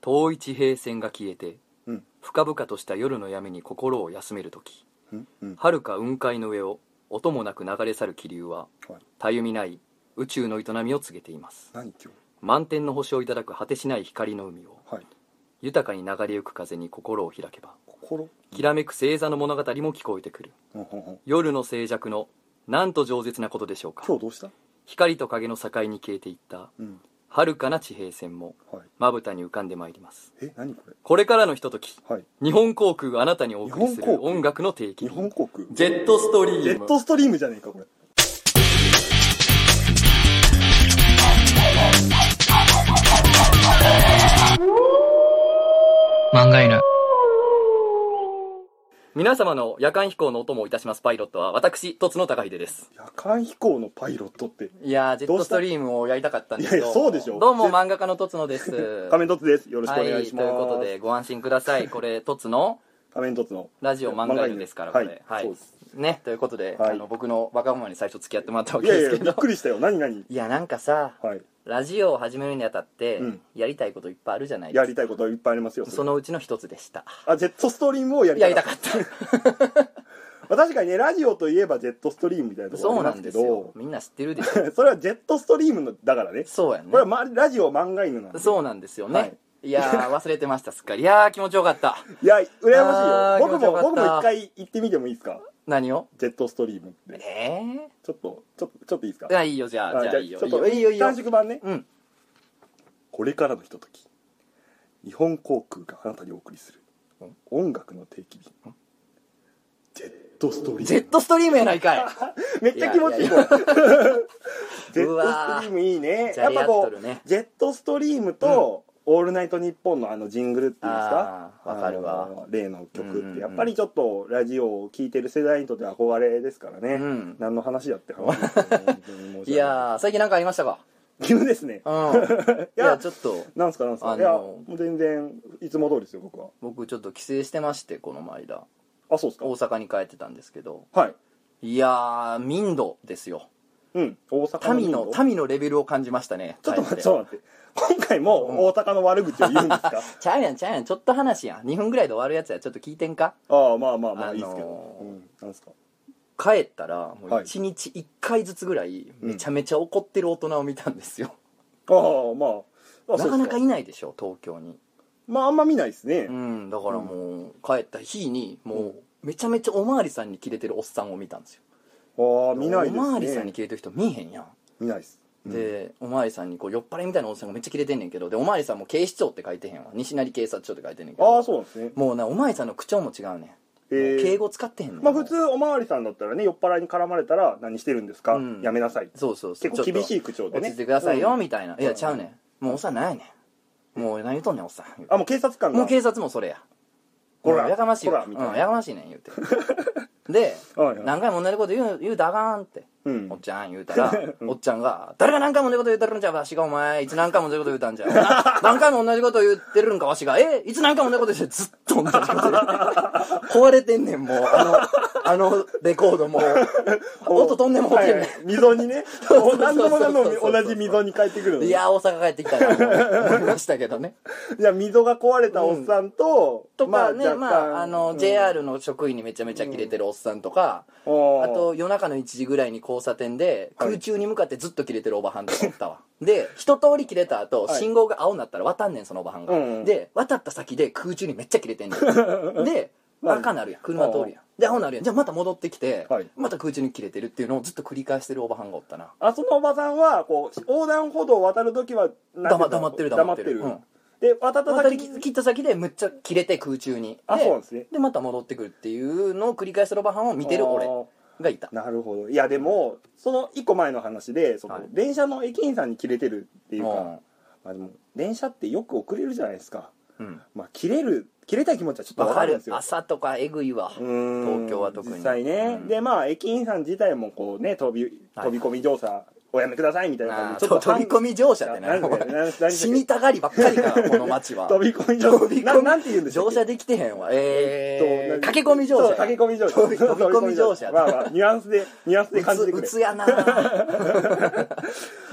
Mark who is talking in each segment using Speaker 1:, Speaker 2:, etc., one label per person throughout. Speaker 1: 遠い地平線が消えて
Speaker 2: うん
Speaker 1: 深々とした夜の闇に心を休める時
Speaker 2: うんうん
Speaker 1: はるか雲海の上を音もなく流れ去る気流は
Speaker 2: はい
Speaker 1: たゆみない宇宙の営みを告げています
Speaker 2: 何今
Speaker 1: 満天の星をいただく果てしない光の海を
Speaker 2: 日はい
Speaker 1: 豊かに流れゆく風に心を開けば
Speaker 2: 心
Speaker 1: きらめく星座の物語も聞こえてくる
Speaker 2: うんうんうん
Speaker 1: 夜の静寂のなんと饒舌なことでしょうか
Speaker 2: 今日どうした
Speaker 1: 光と影の境に消えていった
Speaker 2: うん
Speaker 1: 遥かな地平線も
Speaker 2: はい
Speaker 1: まぶたに浮かんでまいります
Speaker 2: え何これ
Speaker 1: これからのひととき
Speaker 2: はい
Speaker 1: 日本航空があなたにお送りす
Speaker 2: 日本
Speaker 1: る
Speaker 2: 航空
Speaker 1: 音楽の定期
Speaker 2: 日本航空
Speaker 1: ジェットストリーム
Speaker 2: ジェットストリームじゃねえかこれ
Speaker 3: 漫画犬。
Speaker 1: 皆様の夜間飛行のお供をいたしますパイロットは私とつの高秀です
Speaker 2: 夜間飛行のパイロットって
Speaker 1: いやージェッ
Speaker 2: どう
Speaker 1: ト
Speaker 2: し
Speaker 1: ス
Speaker 2: た
Speaker 1: トリームをやりたかったんですけど
Speaker 2: いやいやそうでしょ
Speaker 1: どうも漫画家のとつのです
Speaker 2: 仮面凸ですよろしくお願いします、
Speaker 1: はい、ということでご安心くださいこれとつの
Speaker 2: 仮面凸の
Speaker 1: ラジオ漫画犬ですからこ
Speaker 2: は
Speaker 1: れ
Speaker 2: い、そうです
Speaker 1: ねということで、
Speaker 2: はい
Speaker 1: あの僕の若者に最初付き合ってもらったわ
Speaker 2: い
Speaker 1: け
Speaker 2: やい
Speaker 1: です
Speaker 2: や
Speaker 1: け
Speaker 2: びっ
Speaker 1: ど
Speaker 2: くりしたよ何何
Speaker 1: いやなんかさ
Speaker 2: はい
Speaker 1: ラジオを始めるにあたって、
Speaker 2: うん
Speaker 1: やりたいこといっぱいあるじゃないで
Speaker 2: や
Speaker 1: すか
Speaker 2: りたいことはいっぱいありますよ
Speaker 1: そのうちの一つでした
Speaker 2: あジェットストリームをやり
Speaker 1: や
Speaker 2: た
Speaker 1: り
Speaker 2: い
Speaker 1: たかった
Speaker 2: まあ、確かにねラジオといえばジェットストリームみたいなとこ
Speaker 1: そ
Speaker 2: ろ
Speaker 1: う
Speaker 2: あり
Speaker 1: な
Speaker 2: ます
Speaker 1: ん
Speaker 2: け
Speaker 1: ですよ
Speaker 2: ど
Speaker 1: みんな知ってるでしょ
Speaker 2: それはジェットストリームのだからね
Speaker 1: そうやね
Speaker 2: これは、ま、ラジオ漫画犬なんで
Speaker 1: そうなんですよね、
Speaker 2: はい
Speaker 1: い、や ー忘れてましたすっかりいやー気持ちよかった
Speaker 2: いや羨ま
Speaker 1: あー
Speaker 2: しいよ僕
Speaker 1: 気持ちよ
Speaker 2: も
Speaker 1: かった
Speaker 2: 僕も一回行ってみてもいいですか
Speaker 1: 何を
Speaker 2: ジェットストリームって
Speaker 1: え
Speaker 2: ちょっとちょっとちょっといいですか
Speaker 1: ー、いやいいよじゃあじゃあいいよ
Speaker 2: ちょっ
Speaker 1: いい
Speaker 2: と
Speaker 1: よいいよいいよ
Speaker 2: 短縮版ね
Speaker 1: うん
Speaker 2: これからのひととき日本航空があなたにお送りする音楽の定期便ジェットストリーム
Speaker 1: ジェットストリームやない かい
Speaker 2: めっちゃ気持ちいい
Speaker 1: い
Speaker 2: こ
Speaker 1: や
Speaker 2: れ ジェッ
Speaker 1: う
Speaker 2: トスト
Speaker 1: わー
Speaker 2: リームいいね
Speaker 1: じゃ
Speaker 2: やっ
Speaker 1: れ合
Speaker 2: ぱ
Speaker 1: っ
Speaker 2: ことう
Speaker 1: るね
Speaker 2: ジェットストリームと「オールナイトニッポン」のあのジングルっていうんですか
Speaker 1: あーわかるわ
Speaker 2: あの例の曲
Speaker 1: うん
Speaker 2: っ
Speaker 1: うん
Speaker 2: て
Speaker 1: うん
Speaker 2: やっぱりちょっとラジオを聴いてる世代にとって憧れですからね、
Speaker 1: うん
Speaker 2: 何の話やって話ですけど本当に申し訳ない
Speaker 1: やー最近なんかありましたか
Speaker 2: 急ですね
Speaker 1: うんい
Speaker 2: いや
Speaker 1: やちょっと
Speaker 2: なんすかなんすか、
Speaker 1: あの
Speaker 2: いやもう全然いつも通りですよ僕は
Speaker 1: 僕ちょっと帰省してましてこの間
Speaker 2: あそうですか
Speaker 1: 大阪に帰ってたんですけど
Speaker 2: はい
Speaker 1: いやー民度ですよ
Speaker 2: うん大阪
Speaker 1: 民の
Speaker 2: 民ちょっ
Speaker 1: 民のレベルを感じましたね
Speaker 2: と待って
Speaker 1: 帰
Speaker 2: ちょっと待って今回も大阪の悪口を言うんですか、
Speaker 1: ちゃうやんちゃうやんちょっと話やん2分ぐらいで終わるやつやちょっと聞いてんか
Speaker 2: ああまあまあまあ
Speaker 1: あのー
Speaker 2: いいですけど、うん、なんですか
Speaker 1: 帰ったらもう
Speaker 2: はい
Speaker 1: 1日1回ずつぐらい
Speaker 2: うん
Speaker 1: めちゃめちゃ怒ってる大人を見たんですよ、
Speaker 2: ああまあ
Speaker 1: なかな
Speaker 2: あ
Speaker 1: か
Speaker 2: そうです
Speaker 1: いないでしょ東京に
Speaker 2: まああんま見ないですね、
Speaker 1: うんだからもう帰った日にもうめちゃめちゃおまわりさんにキレてるおっさんを見たんですよ
Speaker 2: ああ見ないですね
Speaker 1: おまわりさんにキレてる人見えへんやん
Speaker 2: 見ないです、うん
Speaker 1: で、おまわりさんにこう酔っ払いみたいなおっさんがめっちゃキレてんねんけどでおまわりさんも警視庁って書いてへんわ西成警察署って書いてんねんけど
Speaker 2: ああそうなんですね
Speaker 1: もうなおまわりさんの口調も違うねん、
Speaker 2: え
Speaker 1: もう
Speaker 2: ー
Speaker 1: 敬語使ってへんねん
Speaker 2: まあ普通おまわりさんだったらね酔っ払いに絡まれたら何してるんですか、
Speaker 1: うん
Speaker 2: やめなさい
Speaker 1: そうそうそう
Speaker 2: 結構厳し
Speaker 1: い
Speaker 2: い口調で
Speaker 1: 落
Speaker 2: ね
Speaker 1: ち着いてくださいよ、
Speaker 2: うん
Speaker 1: みたいないやちゃうねんもうおっさんなんやねんもう何言うとんねんおっさん
Speaker 2: あもう警察官が
Speaker 1: もう警察もそれや
Speaker 2: ほら
Speaker 1: もうやかましいわ
Speaker 2: ほらみたいな
Speaker 1: うん、やかましいねん 言うてで
Speaker 2: はいはい
Speaker 1: 何回も同じこと言う言うたらあかんって
Speaker 2: うん
Speaker 1: おっちゃん言うたら、おっちゃんが、誰が何回も同じこと言うてるんじゃ、わしがお前、いつ何回も同じこと言うたんじゃ。な何回も同じこと言ってるんか、わしが。えいつ何回も同じこと言って、ずっと同 じこと言って。壊れてんねん、もう。あの、あのレコード もう。音飛んでもうてんねん。
Speaker 2: はいはい溝にね
Speaker 1: そうそうそうそう
Speaker 2: 何度も何度も同じ溝に帰ってくるの
Speaker 1: い
Speaker 2: ね
Speaker 1: や、大阪帰ってきたな、思いましたけ どね。
Speaker 2: いや溝が壊れたおっさんと、
Speaker 1: とかね、
Speaker 2: 若干
Speaker 1: まあ、あの、JR の職員にめちゃめちゃキレてるおっさんとか、
Speaker 2: うん
Speaker 1: あと夜中の1時ぐらいに交差点で
Speaker 2: はい
Speaker 1: 空中に向かってずっと切れてるおばはんとかおったわで一通り切れた後、
Speaker 2: はい
Speaker 1: 信号が青になったら渡んねんそのおばはんが、
Speaker 2: うんうん
Speaker 1: で渡った先で空中にめっちゃ切れてん ねんで赤なるやん車通るやんで青なるやんじゃあまた戻ってきて、
Speaker 2: はい
Speaker 1: また空中に切れてるっていうのをずっと繰り返してるおばはんがおったな
Speaker 2: あそのおばさんはこう横断歩道を渡る時はなん
Speaker 1: 黙
Speaker 2: いうの
Speaker 1: 黙ってる
Speaker 2: 黙
Speaker 1: 黙
Speaker 2: っ
Speaker 1: ってて
Speaker 2: る
Speaker 1: る
Speaker 2: で渡った
Speaker 1: 渡
Speaker 2: 先
Speaker 1: り
Speaker 2: に
Speaker 1: 切った先でむっちゃ切れて空中に
Speaker 2: あそうなんですね
Speaker 1: でまた戻ってくるっていうのを繰り返してるおばはんを見てる俺
Speaker 2: あー
Speaker 1: がいた
Speaker 2: なるほどいやでもその一個前の話でその、
Speaker 1: はい
Speaker 2: 電車の駅員さんに切れてるっていうか、
Speaker 1: うん
Speaker 2: まあ、でも電車ってよく遅れるじゃないですか、
Speaker 1: うん
Speaker 2: まあ、切れる切れたい気持ちはちょっと
Speaker 1: わ
Speaker 2: わか
Speaker 1: か
Speaker 2: るん
Speaker 1: る
Speaker 2: ですよ
Speaker 1: 朝とかえぐいわ
Speaker 2: うん
Speaker 1: 東京は特に
Speaker 2: 実際ね、
Speaker 1: うん
Speaker 2: でまあ駅員さん自体もこうね飛び
Speaker 1: はい
Speaker 2: 飛び込み乗車おやめくださいみたいな
Speaker 1: あ
Speaker 2: 感
Speaker 1: ー
Speaker 2: じで
Speaker 1: と飛び込
Speaker 2: み
Speaker 1: み乗車って
Speaker 2: な
Speaker 1: 何
Speaker 2: んだっけなんなんだっけ
Speaker 1: 死にたがりばっかり かこの街は
Speaker 2: 飛び込み乗
Speaker 1: 飛び
Speaker 2: 車
Speaker 1: 込み
Speaker 2: ななんて言うんでしょ
Speaker 1: 乗
Speaker 2: う
Speaker 1: 車できてへんわえ
Speaker 2: えっ
Speaker 1: ー
Speaker 2: と
Speaker 1: 駆け込み乗車や
Speaker 2: 駆け込み乗車
Speaker 1: 飛び飛び込み乗車
Speaker 2: まあまあニュアンス でニュアンスで
Speaker 1: う
Speaker 2: 感じ
Speaker 1: つ
Speaker 2: てく
Speaker 1: う
Speaker 2: れ
Speaker 1: つやな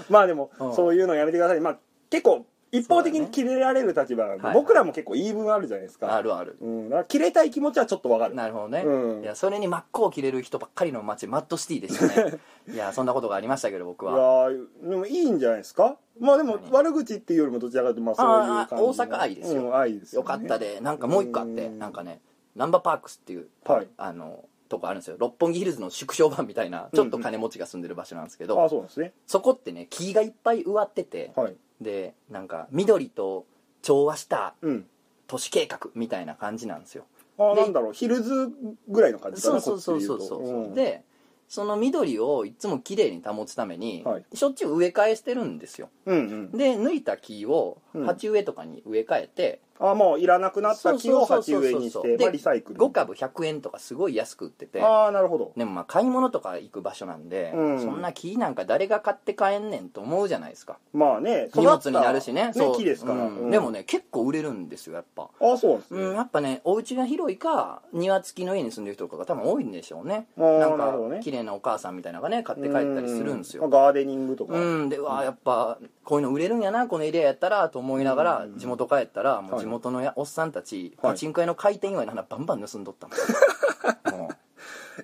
Speaker 2: まあでも
Speaker 1: うん
Speaker 2: そういうのやめてくださいまあ結構一方的に切れられる立場なんで、
Speaker 1: はい
Speaker 2: 僕らも結構言い分あるじゃないですか
Speaker 1: あるある
Speaker 2: うん、だから切れたい気持ちはちょっとわかる
Speaker 1: なるほどね、
Speaker 2: うん
Speaker 1: いやそれに真っ向を切れる人ばっかりの街マッドシティでした ねいやそんなことがありましたけど僕
Speaker 2: いや
Speaker 1: は
Speaker 2: ーでもいいんじゃないですかまあでも
Speaker 1: 何
Speaker 2: 悪口っていうよりもどちらかというとまあ
Speaker 1: あ
Speaker 2: そういう感じの
Speaker 1: あ大阪愛ですよ
Speaker 2: うん愛です
Speaker 1: よ
Speaker 2: よ
Speaker 1: かったでなんかもう一個あって
Speaker 2: うん
Speaker 1: なんかねナンバーパークスっていう、
Speaker 2: はい
Speaker 1: あのとこあるんですよ六本木ヒルズの縮小版みたいなちょっと金持ちが住んでる場所なんですけど、
Speaker 2: ああそうなんですね
Speaker 1: そこってね木がいっぱい植わってて、
Speaker 2: はい
Speaker 1: でなんか緑と調和した
Speaker 2: うん
Speaker 1: 都市計画みたいな感じなんですよ
Speaker 2: ああ
Speaker 1: で
Speaker 2: なんだろうヒルズぐらいの感じか
Speaker 1: そう
Speaker 2: な
Speaker 1: そうそうそう
Speaker 2: こっち
Speaker 1: そう、
Speaker 2: で言うとん
Speaker 1: でその緑をいつもきれいに保つために、
Speaker 2: はい
Speaker 1: しょっちゅう植え替えしてるんですよ
Speaker 2: うんうん
Speaker 1: で抜いた木を
Speaker 2: うん
Speaker 1: 鉢植えとかに植え替えて、
Speaker 2: ああもういらなくなった木を
Speaker 1: そう
Speaker 2: 鉢
Speaker 1: そうそうそう
Speaker 2: 植えにし
Speaker 1: で
Speaker 2: てまあリサイクル
Speaker 1: 5株100円とかすごい安く売ってて
Speaker 2: ああなるほど
Speaker 1: でもまあ買い物とか行く場所なんで、
Speaker 2: うん
Speaker 1: そんな木なんか誰が買って帰んねんと思うじゃないですか
Speaker 2: まあね
Speaker 1: 荷物になるしね
Speaker 2: 育った木ですから
Speaker 1: うんでも
Speaker 2: ね
Speaker 1: ね結構売れるんですよやっぱ
Speaker 2: ああそうなんです
Speaker 1: うん、
Speaker 2: ね
Speaker 1: やっぱねお家が広いか庭付きの家に住んでる人とかが多分多いんでしょうね
Speaker 2: あー
Speaker 1: なん
Speaker 2: な
Speaker 1: か
Speaker 2: るほどね
Speaker 1: 綺麗なお母さんみたいなのがね買って帰ったりするんです
Speaker 2: う
Speaker 1: よ
Speaker 2: ガーデニングとか
Speaker 1: うんでわあやっぱこういうの売れるんやなこのエリアやったらと思いながら
Speaker 2: うん
Speaker 1: 地元帰ったらもう
Speaker 2: はい
Speaker 1: 地元のやおっさんたち
Speaker 2: はい
Speaker 1: パチンコ屋の開店祝いの花バンバン盗んどったもん もう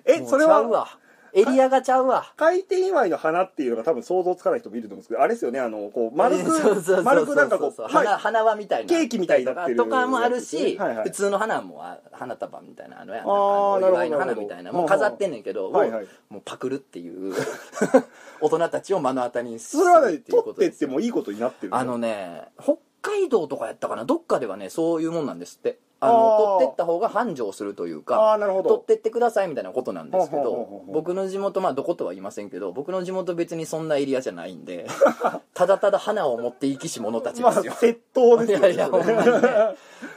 Speaker 2: え
Speaker 1: もう
Speaker 2: それ
Speaker 1: ちゃう
Speaker 2: は
Speaker 1: わエリアがちゃうわ
Speaker 2: 回転祝いの花っていうのが多分想像つかない人もいると思うんですけどあれですよねあの こう丸
Speaker 1: そうそうそうそう
Speaker 2: く丸くなんかこう
Speaker 1: そうそうそう
Speaker 2: ま
Speaker 1: 花
Speaker 2: あ
Speaker 1: 花輪みたいな
Speaker 2: ケーキみたいにな
Speaker 1: と
Speaker 2: っ
Speaker 1: か
Speaker 2: てる
Speaker 1: とかもあるし、
Speaker 2: はいはい
Speaker 1: 普通の花もあ花束みたいなあのやなんか
Speaker 2: あ
Speaker 1: お
Speaker 2: ーなるほ
Speaker 1: 祝
Speaker 2: ど
Speaker 1: いの花みたいなもう飾ってんねんけど、
Speaker 2: はいはい
Speaker 1: もうもうパクるっていう 大人たちを目の当たりにす
Speaker 2: それは
Speaker 1: る
Speaker 2: ね
Speaker 1: っていう
Speaker 2: 取
Speaker 1: こ
Speaker 2: っ
Speaker 1: と
Speaker 2: て
Speaker 1: で
Speaker 2: っ
Speaker 1: す
Speaker 2: てもいいことになってる
Speaker 1: あのね北海道とかやったかなどっかではねそういうもんなんですってあの
Speaker 2: あー
Speaker 1: 取ってった方が繁盛するという
Speaker 2: あ
Speaker 1: か
Speaker 2: あなるほ
Speaker 1: 取っ
Speaker 2: ど
Speaker 1: てってくださいみたいなことなんですけ
Speaker 2: ほうほうほ
Speaker 1: ど
Speaker 2: うほう
Speaker 1: 僕の地元まあどことは言いませんけど僕の地元別にそんなエリアじゃないんで ただただ花を持っていきし者たち
Speaker 2: ま
Speaker 1: で
Speaker 2: あ
Speaker 1: す よ
Speaker 2: 窃盗ですよ
Speaker 1: いやいや
Speaker 2: それ
Speaker 1: ほんまにね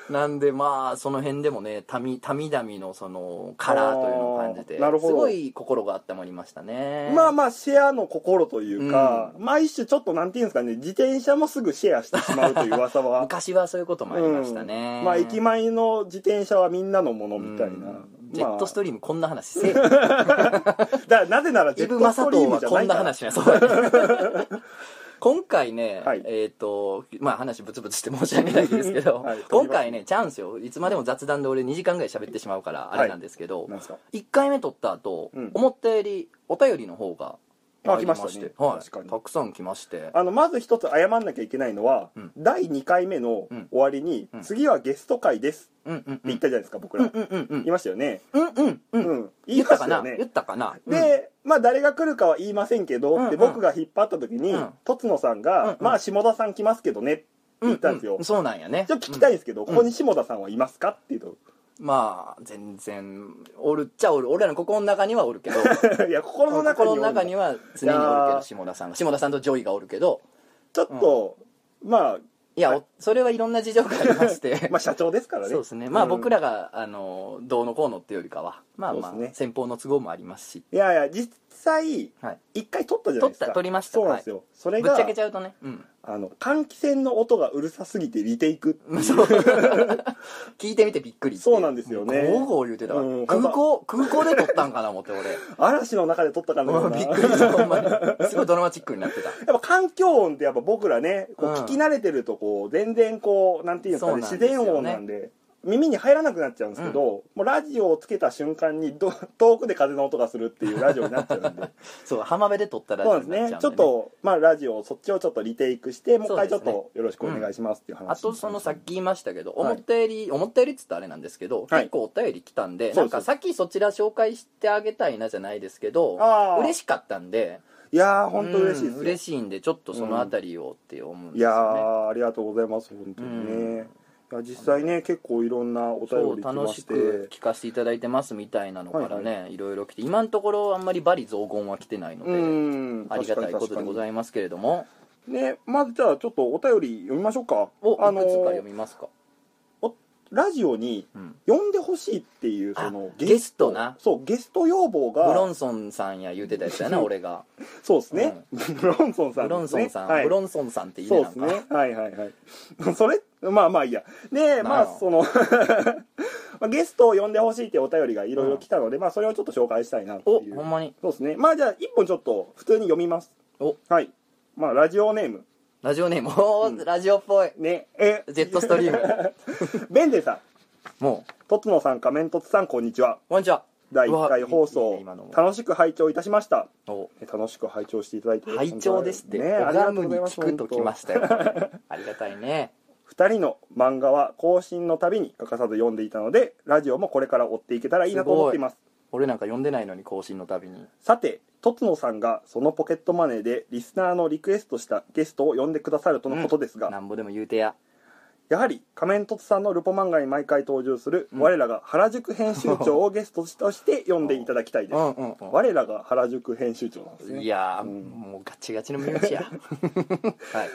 Speaker 1: なんでまあその辺でもねたみたみだみのそのカラーというのを感じて
Speaker 2: あーなるほど
Speaker 1: すごい心が温まりましたね
Speaker 2: まあまあシェアの心というか、
Speaker 1: う
Speaker 2: まあ一種ちょっとなんていうんですかね自転車もすぐシェアしてしまうという噂は
Speaker 1: 昔はそういうこともありましたね、
Speaker 2: うんまあ駅前の自転車はみんなのものみたいな、
Speaker 1: うんジェ
Speaker 2: まあ
Speaker 1: ットストリームこんな話せえ
Speaker 2: だからなぜならジ
Speaker 1: イ
Speaker 2: ェッ
Speaker 1: ブ・
Speaker 2: ト
Speaker 1: マ
Speaker 2: ス
Speaker 1: サ
Speaker 2: トリー
Speaker 1: ト
Speaker 2: ム
Speaker 1: は
Speaker 2: じゃ
Speaker 1: こ
Speaker 2: ない
Speaker 1: んな
Speaker 2: から
Speaker 1: 話しないそうだ ね今回ね、
Speaker 2: はい
Speaker 1: えっ、とまあ話ブツブツして申し訳ないですけど、
Speaker 2: はい
Speaker 1: 今回ねチャンスよいつまでも雑談で俺2時間ぐらい喋ってしまうからあれなんですけど、
Speaker 2: なんですか
Speaker 1: 1回目撮った後、
Speaker 2: うん
Speaker 1: 思ったよりお便りの方が
Speaker 2: あ来ましたね
Speaker 1: てはい、
Speaker 2: 確かに
Speaker 1: たくさん来まして
Speaker 2: あのまず一つ謝んなきゃいけないのは、
Speaker 1: うん
Speaker 2: 第2回目の終わりに、
Speaker 1: うん
Speaker 2: 次はゲスト会ですって
Speaker 1: うんうんう
Speaker 2: 言っ
Speaker 1: ん
Speaker 2: たじゃないですか、僕
Speaker 1: う
Speaker 2: ら、
Speaker 1: んうんうんうん
Speaker 2: 言いましたよね、
Speaker 1: うんうんう
Speaker 2: うん言い
Speaker 1: 言っ
Speaker 2: ま
Speaker 1: た
Speaker 2: し
Speaker 1: か
Speaker 2: たよ
Speaker 1: な
Speaker 2: ね
Speaker 1: 言ったかなうん
Speaker 2: で、まあ誰が来るかは言いませんけど、
Speaker 1: うんう
Speaker 2: っ
Speaker 1: ん
Speaker 2: て僕が引っ張った時に、
Speaker 1: うん
Speaker 2: とつのさんが、
Speaker 1: うんうん
Speaker 2: まあ下田さん来ますけどねって言ったんですよ、
Speaker 1: ううそうなんやね
Speaker 2: じゃあ聞きたいん
Speaker 1: うん
Speaker 2: ですけど、ここに下田さんはいますかっていうと、
Speaker 1: まあ全然おるっちゃおる俺らの心の中にはおるけど
Speaker 2: いや心の中に
Speaker 1: 心の
Speaker 2: おる
Speaker 1: 中には常におるけど下田さんが下田さんとジョイがおるけど
Speaker 2: ちょっと、まあ、
Speaker 1: いや、
Speaker 2: は
Speaker 1: おそれはいろんな事情がありまして
Speaker 2: まあ社長ですからね
Speaker 1: そうですねまあ
Speaker 2: ん
Speaker 1: 僕らが、あのどうのこうのっていうよりかはまあまあ、
Speaker 2: そうですね
Speaker 1: 先方の都合もありますし
Speaker 2: いやいや実際
Speaker 1: はい
Speaker 2: 一回撮ったじゃないですか
Speaker 1: 撮った撮りました
Speaker 2: そうなんですよ、それ
Speaker 1: ぶっ
Speaker 2: が
Speaker 1: ちゃけちゃうとね、うん、
Speaker 2: あの換気扇の音がうるさすぎてリテイク
Speaker 1: そう 聞いてみてびっくりってい
Speaker 2: そうなんですよね
Speaker 1: ゴーゴー言うてたから、
Speaker 2: うん
Speaker 1: 空港空港で撮ったんかな思って 俺
Speaker 2: 嵐の中で撮ったかのよ
Speaker 1: う
Speaker 2: うん な
Speaker 1: びっ
Speaker 2: や
Speaker 1: くりしたほんまにすごいドラマチックになってた
Speaker 2: っぱ環境音ってやっぱ僕らねこう
Speaker 1: うん
Speaker 2: 聞き慣れてるとこう全然こうなんていうんですかね
Speaker 1: そうなん
Speaker 2: 自
Speaker 1: ですよ
Speaker 2: 然
Speaker 1: ね
Speaker 2: 音なんで耳に入らなくなっちゃうんですけど、もうラジオをつけた瞬間にど 遠くで風の音がするっていうラジオになっちゃ うんで
Speaker 1: そう浜辺で撮ったら
Speaker 2: そうなんですねちょっとまあラジオそっちをちょっとリテイクしてもう一回ち
Speaker 1: そ
Speaker 2: ょ
Speaker 1: う
Speaker 2: っ
Speaker 1: ですね
Speaker 2: とよろしくお願いしますっていう話
Speaker 1: あとそのさっき言いましたけど
Speaker 2: はい
Speaker 1: 思ったより、思ったよりっつったらあれなんですけど、
Speaker 2: はい
Speaker 1: 結構お便り来たんで
Speaker 2: そうです
Speaker 1: なんかさっきそちら紹介してあげたいなじゃないですけど
Speaker 2: あー
Speaker 1: 嬉しかったんで
Speaker 2: いやー本当嬉しい
Speaker 1: う
Speaker 2: ですよ
Speaker 1: ん嬉しいんでちょっとそのあたりをって思うんで
Speaker 2: い
Speaker 1: すよ
Speaker 2: や
Speaker 1: ね、
Speaker 2: ーありがとうございます本当にね、
Speaker 1: う
Speaker 2: いや実際ね結構いろんなお
Speaker 1: そ
Speaker 2: 便
Speaker 1: う
Speaker 2: り来
Speaker 1: 楽
Speaker 2: ま
Speaker 1: し
Speaker 2: し
Speaker 1: く
Speaker 2: て
Speaker 1: 聞かせていただいてますみたいなのからね、いろいろ来て今のところあんまりバリ雑言は来てないので、
Speaker 2: ん
Speaker 1: ありがたいことでございますけれども
Speaker 2: すねまずじゃあちょっとお便り読みましょうか
Speaker 1: を
Speaker 2: あ
Speaker 1: いくつか読みますか、
Speaker 2: ラジオに
Speaker 1: うん
Speaker 2: 呼んでほしいっていうその
Speaker 1: あゲストな
Speaker 2: そうゲスト要望
Speaker 1: ブロ
Speaker 2: が
Speaker 1: ンソンさんや言うてたやつや な俺が
Speaker 2: そうですね、 ブロンソンさん
Speaker 1: ブ
Speaker 2: ですね
Speaker 1: ロンソンさん、
Speaker 2: はい
Speaker 1: ブロンソンさんっていいね
Speaker 2: そう
Speaker 1: な
Speaker 2: で
Speaker 1: ん
Speaker 2: す
Speaker 1: か、
Speaker 2: ねはいはいはい それまあまあいいやでま
Speaker 1: な
Speaker 2: あ
Speaker 1: んや
Speaker 2: その まあゲストを呼んでほしいってお便りがいろいろ来たので、まあそれをちょっと紹介したいなって
Speaker 1: お
Speaker 2: いう
Speaker 1: ほんまに
Speaker 2: そうですねまあじゃあ一本ちょっと普通に読みます
Speaker 1: お
Speaker 2: はいまあラジオネーム
Speaker 1: ラジオネームおーラジオっぽい
Speaker 2: ねえ
Speaker 1: ジェットストリーム
Speaker 2: ベンデさん
Speaker 1: も
Speaker 2: とつのさん仮面とつさんこんにちは
Speaker 1: うこんにちは
Speaker 2: 第
Speaker 1: うわ
Speaker 2: 1回放
Speaker 1: いいね
Speaker 2: 送
Speaker 1: 今のも
Speaker 2: 楽しく拝聴いたしました
Speaker 1: お
Speaker 2: ね楽しく拝聴していただいて
Speaker 1: 拝聴ですって、
Speaker 2: ねありがと
Speaker 1: 拝
Speaker 2: うご
Speaker 1: む
Speaker 2: ざ
Speaker 1: に
Speaker 2: います
Speaker 1: 聞くときましたよありがたいね
Speaker 2: 2人の漫画は更新のたびに欠かさず読んでいたのでラジオもこれから追っていけたらいいなと思っています
Speaker 1: 俺なんか読んでないのに更新のたびに
Speaker 2: さてとつのさんがそのポケットマネーでリスナーのリクエストしたゲストを呼んでくださるとのことですが、
Speaker 1: なんぼでも言うてや
Speaker 2: やはり仮面とつさんのルポ漫画に毎回登場する
Speaker 1: うん
Speaker 2: 我らが原宿編集長をゲストとして呼んでいただきたいです、
Speaker 1: うんうんうん
Speaker 2: 我らが原宿編集長なんですね
Speaker 1: いやー、
Speaker 2: うん
Speaker 1: もうガチガチの身内や はい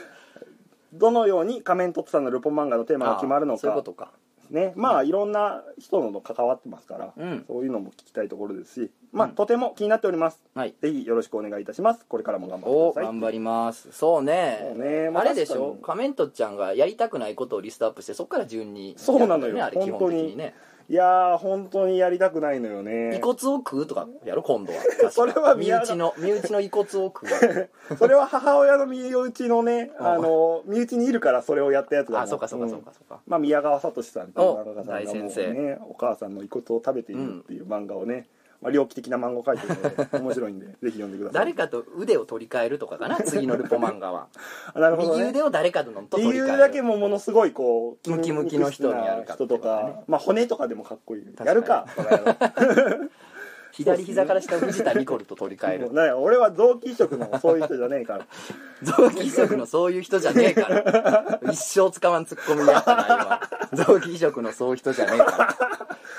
Speaker 2: どのように仮面とつさんのルポ漫画のテーマが決まるの
Speaker 1: そういう
Speaker 2: か
Speaker 1: ことか
Speaker 2: ねまあいろんな人の関わってますから、
Speaker 1: うん
Speaker 2: そういうのも聞きたいところですしまあ、
Speaker 1: うん
Speaker 2: とても気になっております
Speaker 1: はい
Speaker 2: ぜひよろしくお願いいたしますこれからも頑張
Speaker 1: お
Speaker 2: ってください
Speaker 1: 頑張りますそうね
Speaker 2: そうねまあ
Speaker 1: あれでしょ
Speaker 2: 確か
Speaker 1: 仮面とっちゃんがやりたくないことをリストアップしてそこから順に
Speaker 2: そうな
Speaker 1: や
Speaker 2: の
Speaker 1: るんだ
Speaker 2: よ
Speaker 1: あれ基本的にね
Speaker 2: いやー本当にやりたくないのよね
Speaker 1: 遺骨を食うとかやろ今度 は
Speaker 2: それは
Speaker 1: 身
Speaker 2: 宮川
Speaker 1: 内の身内の遺骨を食う
Speaker 2: それは母親の身内のね
Speaker 1: うん
Speaker 2: あの身内にいるからそれをやったやつだもん
Speaker 1: あそうかそうかそう
Speaker 2: うん
Speaker 1: かそうか
Speaker 2: まあ、宮川聡さんっていう漫
Speaker 1: お
Speaker 2: 画家
Speaker 1: 大
Speaker 2: さんが
Speaker 1: 先
Speaker 2: もう
Speaker 1: 生
Speaker 2: ねお母さんの遺骨を食べているっていう漫画をね、まあ、猟奇的な漫画を書いてるので面白いんでぜひ読んでくださ
Speaker 1: 誰
Speaker 2: い
Speaker 1: かと腕を取り替えるとか かな次のルポ漫画は
Speaker 2: あなるほど、
Speaker 1: 右
Speaker 2: ね
Speaker 1: 腕、を誰かとのと取
Speaker 2: 理
Speaker 1: り替
Speaker 2: 由
Speaker 1: える
Speaker 2: だけもものすごいこう
Speaker 1: ムキムキの人にやるかってこ
Speaker 2: 人
Speaker 1: と
Speaker 2: と
Speaker 1: だね
Speaker 2: か、まあ、骨とかでもかっこいい
Speaker 1: かに
Speaker 2: やるかバカ野郎
Speaker 1: 左膝から下を藤田ニコルと取り替える
Speaker 2: もうね俺は臓器移植のそういう人じゃね えから
Speaker 1: 臓器移植のそういう人じゃねえから 一生使わんツッコミやったな今臓器移植のそういう人じゃねえから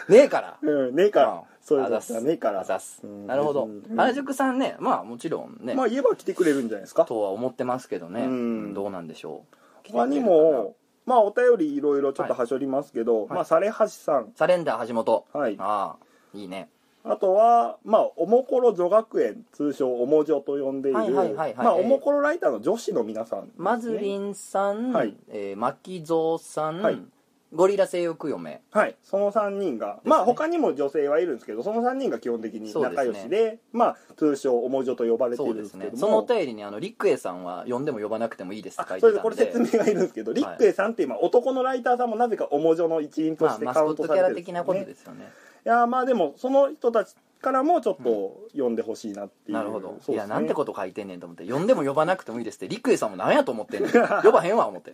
Speaker 1: ねえから
Speaker 2: うんねえから、
Speaker 1: うん
Speaker 2: そういう
Speaker 1: あざっ
Speaker 2: 人じ
Speaker 1: す
Speaker 2: ゃねえから
Speaker 1: あざっす
Speaker 2: うん
Speaker 1: なるほど
Speaker 2: うん
Speaker 1: 原宿さんねまあもちろんね
Speaker 2: まあ言えば来てくれるんじゃないですか
Speaker 1: とは思ってますけどね
Speaker 2: うん
Speaker 1: どうなんでしょう
Speaker 2: 他にもまあお便りいろいろちょっとはしょりますけど、
Speaker 1: い
Speaker 2: まあされはしさん
Speaker 1: サレンダー橋本
Speaker 2: はい
Speaker 1: ああいいね
Speaker 2: あとはまあおもころ女学園通称おもじょと呼んでいる
Speaker 1: はいはいはいはい
Speaker 2: まあおもころライターの女子の皆さんですね、
Speaker 1: マズリンさん、
Speaker 2: はい
Speaker 1: えー、巻蔵さん、
Speaker 2: はい
Speaker 1: ゴリラ性欲嫁
Speaker 2: はいその3人が、
Speaker 1: ね
Speaker 2: まあ他にも女性はいるんですけどその3人が基本的に仲良し
Speaker 1: そ
Speaker 2: で
Speaker 1: う
Speaker 2: まあ通称おもじょと呼ばれてい
Speaker 1: そう
Speaker 2: るん
Speaker 1: で
Speaker 2: ですすけ
Speaker 1: ね
Speaker 2: ども
Speaker 1: そのお便りにあのリックエさんは呼んでも呼ばなくてもいいですって書
Speaker 2: あ
Speaker 1: い
Speaker 2: そ
Speaker 1: て
Speaker 2: れで
Speaker 1: た
Speaker 2: こ
Speaker 1: ん
Speaker 2: れ説
Speaker 1: で
Speaker 2: 明がいるんですけど、リックエさんって今男のライターさんもなぜかおもじょの一員と
Speaker 1: ま
Speaker 2: し
Speaker 1: あ
Speaker 2: て
Speaker 1: マス
Speaker 2: カ
Speaker 1: コ
Speaker 2: ウ
Speaker 1: ッ
Speaker 2: ント
Speaker 1: ト
Speaker 2: さ
Speaker 1: キ
Speaker 2: れ
Speaker 1: ャラ
Speaker 2: てるん
Speaker 1: 的
Speaker 2: ね
Speaker 1: なことですよね
Speaker 2: いやーまあでもその人たちからもちょっと読んでほしいなっていう、
Speaker 1: なるほど、
Speaker 2: そう
Speaker 1: い
Speaker 2: で
Speaker 1: や
Speaker 2: すね
Speaker 1: なんてこと書いてんねんと思って呼んでも呼ばなくてもいいですってリックエさんもなんやと思って んねん呼ばへんわ思って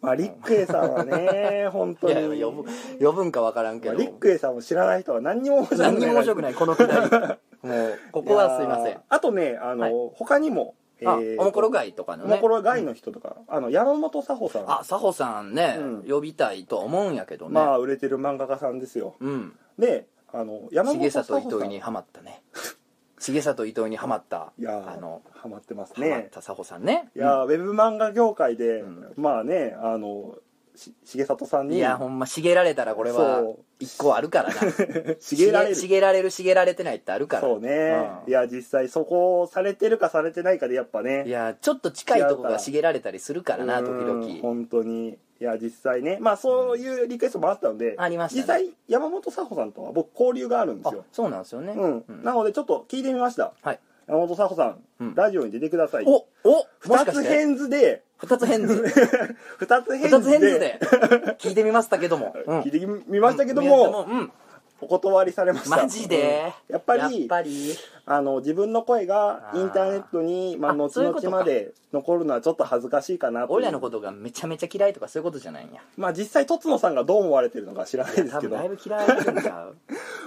Speaker 2: まあリックエさんはね本当
Speaker 1: い
Speaker 2: に
Speaker 1: や いや呼ぶ呼ぶんかわからんけ
Speaker 2: まあ
Speaker 1: ど
Speaker 2: リックエさんを知らない人は何にも面白くない
Speaker 1: 何にも面白くないこのくだり もうここはすいませ
Speaker 2: や
Speaker 1: ん
Speaker 2: ーあとねあの、
Speaker 1: はい
Speaker 2: 他にも、
Speaker 1: あ
Speaker 2: えー
Speaker 1: おもころ街とかの
Speaker 2: お
Speaker 1: ね
Speaker 2: もころ外の人とか、あの山本佐穂さん
Speaker 1: あ佐穂さんね、
Speaker 2: うん
Speaker 1: 呼びたいとは思うんやけどね、
Speaker 2: まあ売れてる漫画家さんですよ
Speaker 1: うん
Speaker 2: であの山本
Speaker 1: 重
Speaker 2: 佐
Speaker 1: 里
Speaker 2: 穂
Speaker 1: 糸
Speaker 2: さ
Speaker 1: 井
Speaker 2: ん
Speaker 1: に
Speaker 2: い
Speaker 1: ハマったね重里糸井にハマった
Speaker 2: やー
Speaker 1: あの
Speaker 2: ハマってます
Speaker 1: ハマっ
Speaker 2: ね
Speaker 1: た佐穂さんね
Speaker 2: いやー、ウェブ漫画業界で、
Speaker 1: うん
Speaker 2: まあねあのし重里さん
Speaker 1: うん
Speaker 2: に
Speaker 1: いやほんま茂られたらこれは
Speaker 2: そう
Speaker 1: 一個あるからな
Speaker 2: 茂られる
Speaker 1: 茂茂られる茂られてないってあるから
Speaker 2: そうね、
Speaker 1: うん
Speaker 2: いや実際そこをされてるかされてないかでやっぱね
Speaker 1: いやちょっと近いとこ
Speaker 2: 違うか
Speaker 1: が
Speaker 2: ら
Speaker 1: 茂られたりするからな時
Speaker 2: うん
Speaker 1: 々
Speaker 2: 本当にいや実際ねまあそういうリクエストもあったので、
Speaker 1: ありましたね
Speaker 2: 実際山本佐穂さんとは僕交流があるん
Speaker 1: あ
Speaker 2: ですよ、
Speaker 1: そうなんですよね
Speaker 2: うん
Speaker 1: うん
Speaker 2: なのでちょっと聞いてみました
Speaker 1: はい
Speaker 2: 山本佐穂さん、
Speaker 1: うん
Speaker 2: ラジオに出てください
Speaker 1: おおもし
Speaker 2: 2
Speaker 1: かし
Speaker 2: つ
Speaker 1: て
Speaker 2: 返事で
Speaker 1: 二つ返事
Speaker 2: 2つ返
Speaker 1: 二つ
Speaker 2: 事
Speaker 1: 返事
Speaker 2: で
Speaker 1: で聞いてみましたけどもうん
Speaker 2: 聞いてみましたけど
Speaker 1: う
Speaker 2: も、
Speaker 1: ん
Speaker 2: お断りされました
Speaker 1: マジで
Speaker 2: うんやっぱり
Speaker 1: やっぱり
Speaker 2: あの自分の声がインターネットにまあ、
Speaker 1: あ
Speaker 2: 後
Speaker 1: そういうこと
Speaker 2: 々
Speaker 1: か
Speaker 2: まで残るのはちょっと恥ずかしいかなという
Speaker 1: 俺らのことがめちゃめちゃ嫌いとかそういうことじゃないんや
Speaker 2: まあ実際とつのさんがどう思われてるのか知らないです
Speaker 1: 多
Speaker 2: け
Speaker 1: 分
Speaker 2: ど
Speaker 1: だいぶ嫌いなんちゃ う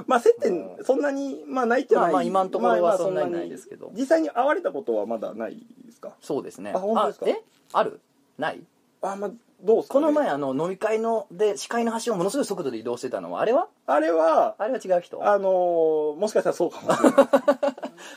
Speaker 2: まあ接点そんなにまあないっていうの
Speaker 1: ま
Speaker 2: は
Speaker 1: あまあ今のところは
Speaker 2: まあまあ
Speaker 1: そんなにないですけど
Speaker 2: 実際に会われたことはまだないですか
Speaker 1: そうですね
Speaker 2: あ本当ですか
Speaker 1: えあるない
Speaker 2: あまあどうですか
Speaker 1: こ
Speaker 2: ね、
Speaker 1: の前あの飲み会ので視界の端をものすごい速度で移動してたのはあれは
Speaker 2: あれは
Speaker 1: あれは違う人
Speaker 2: あのーもしかしたらそうかもしれない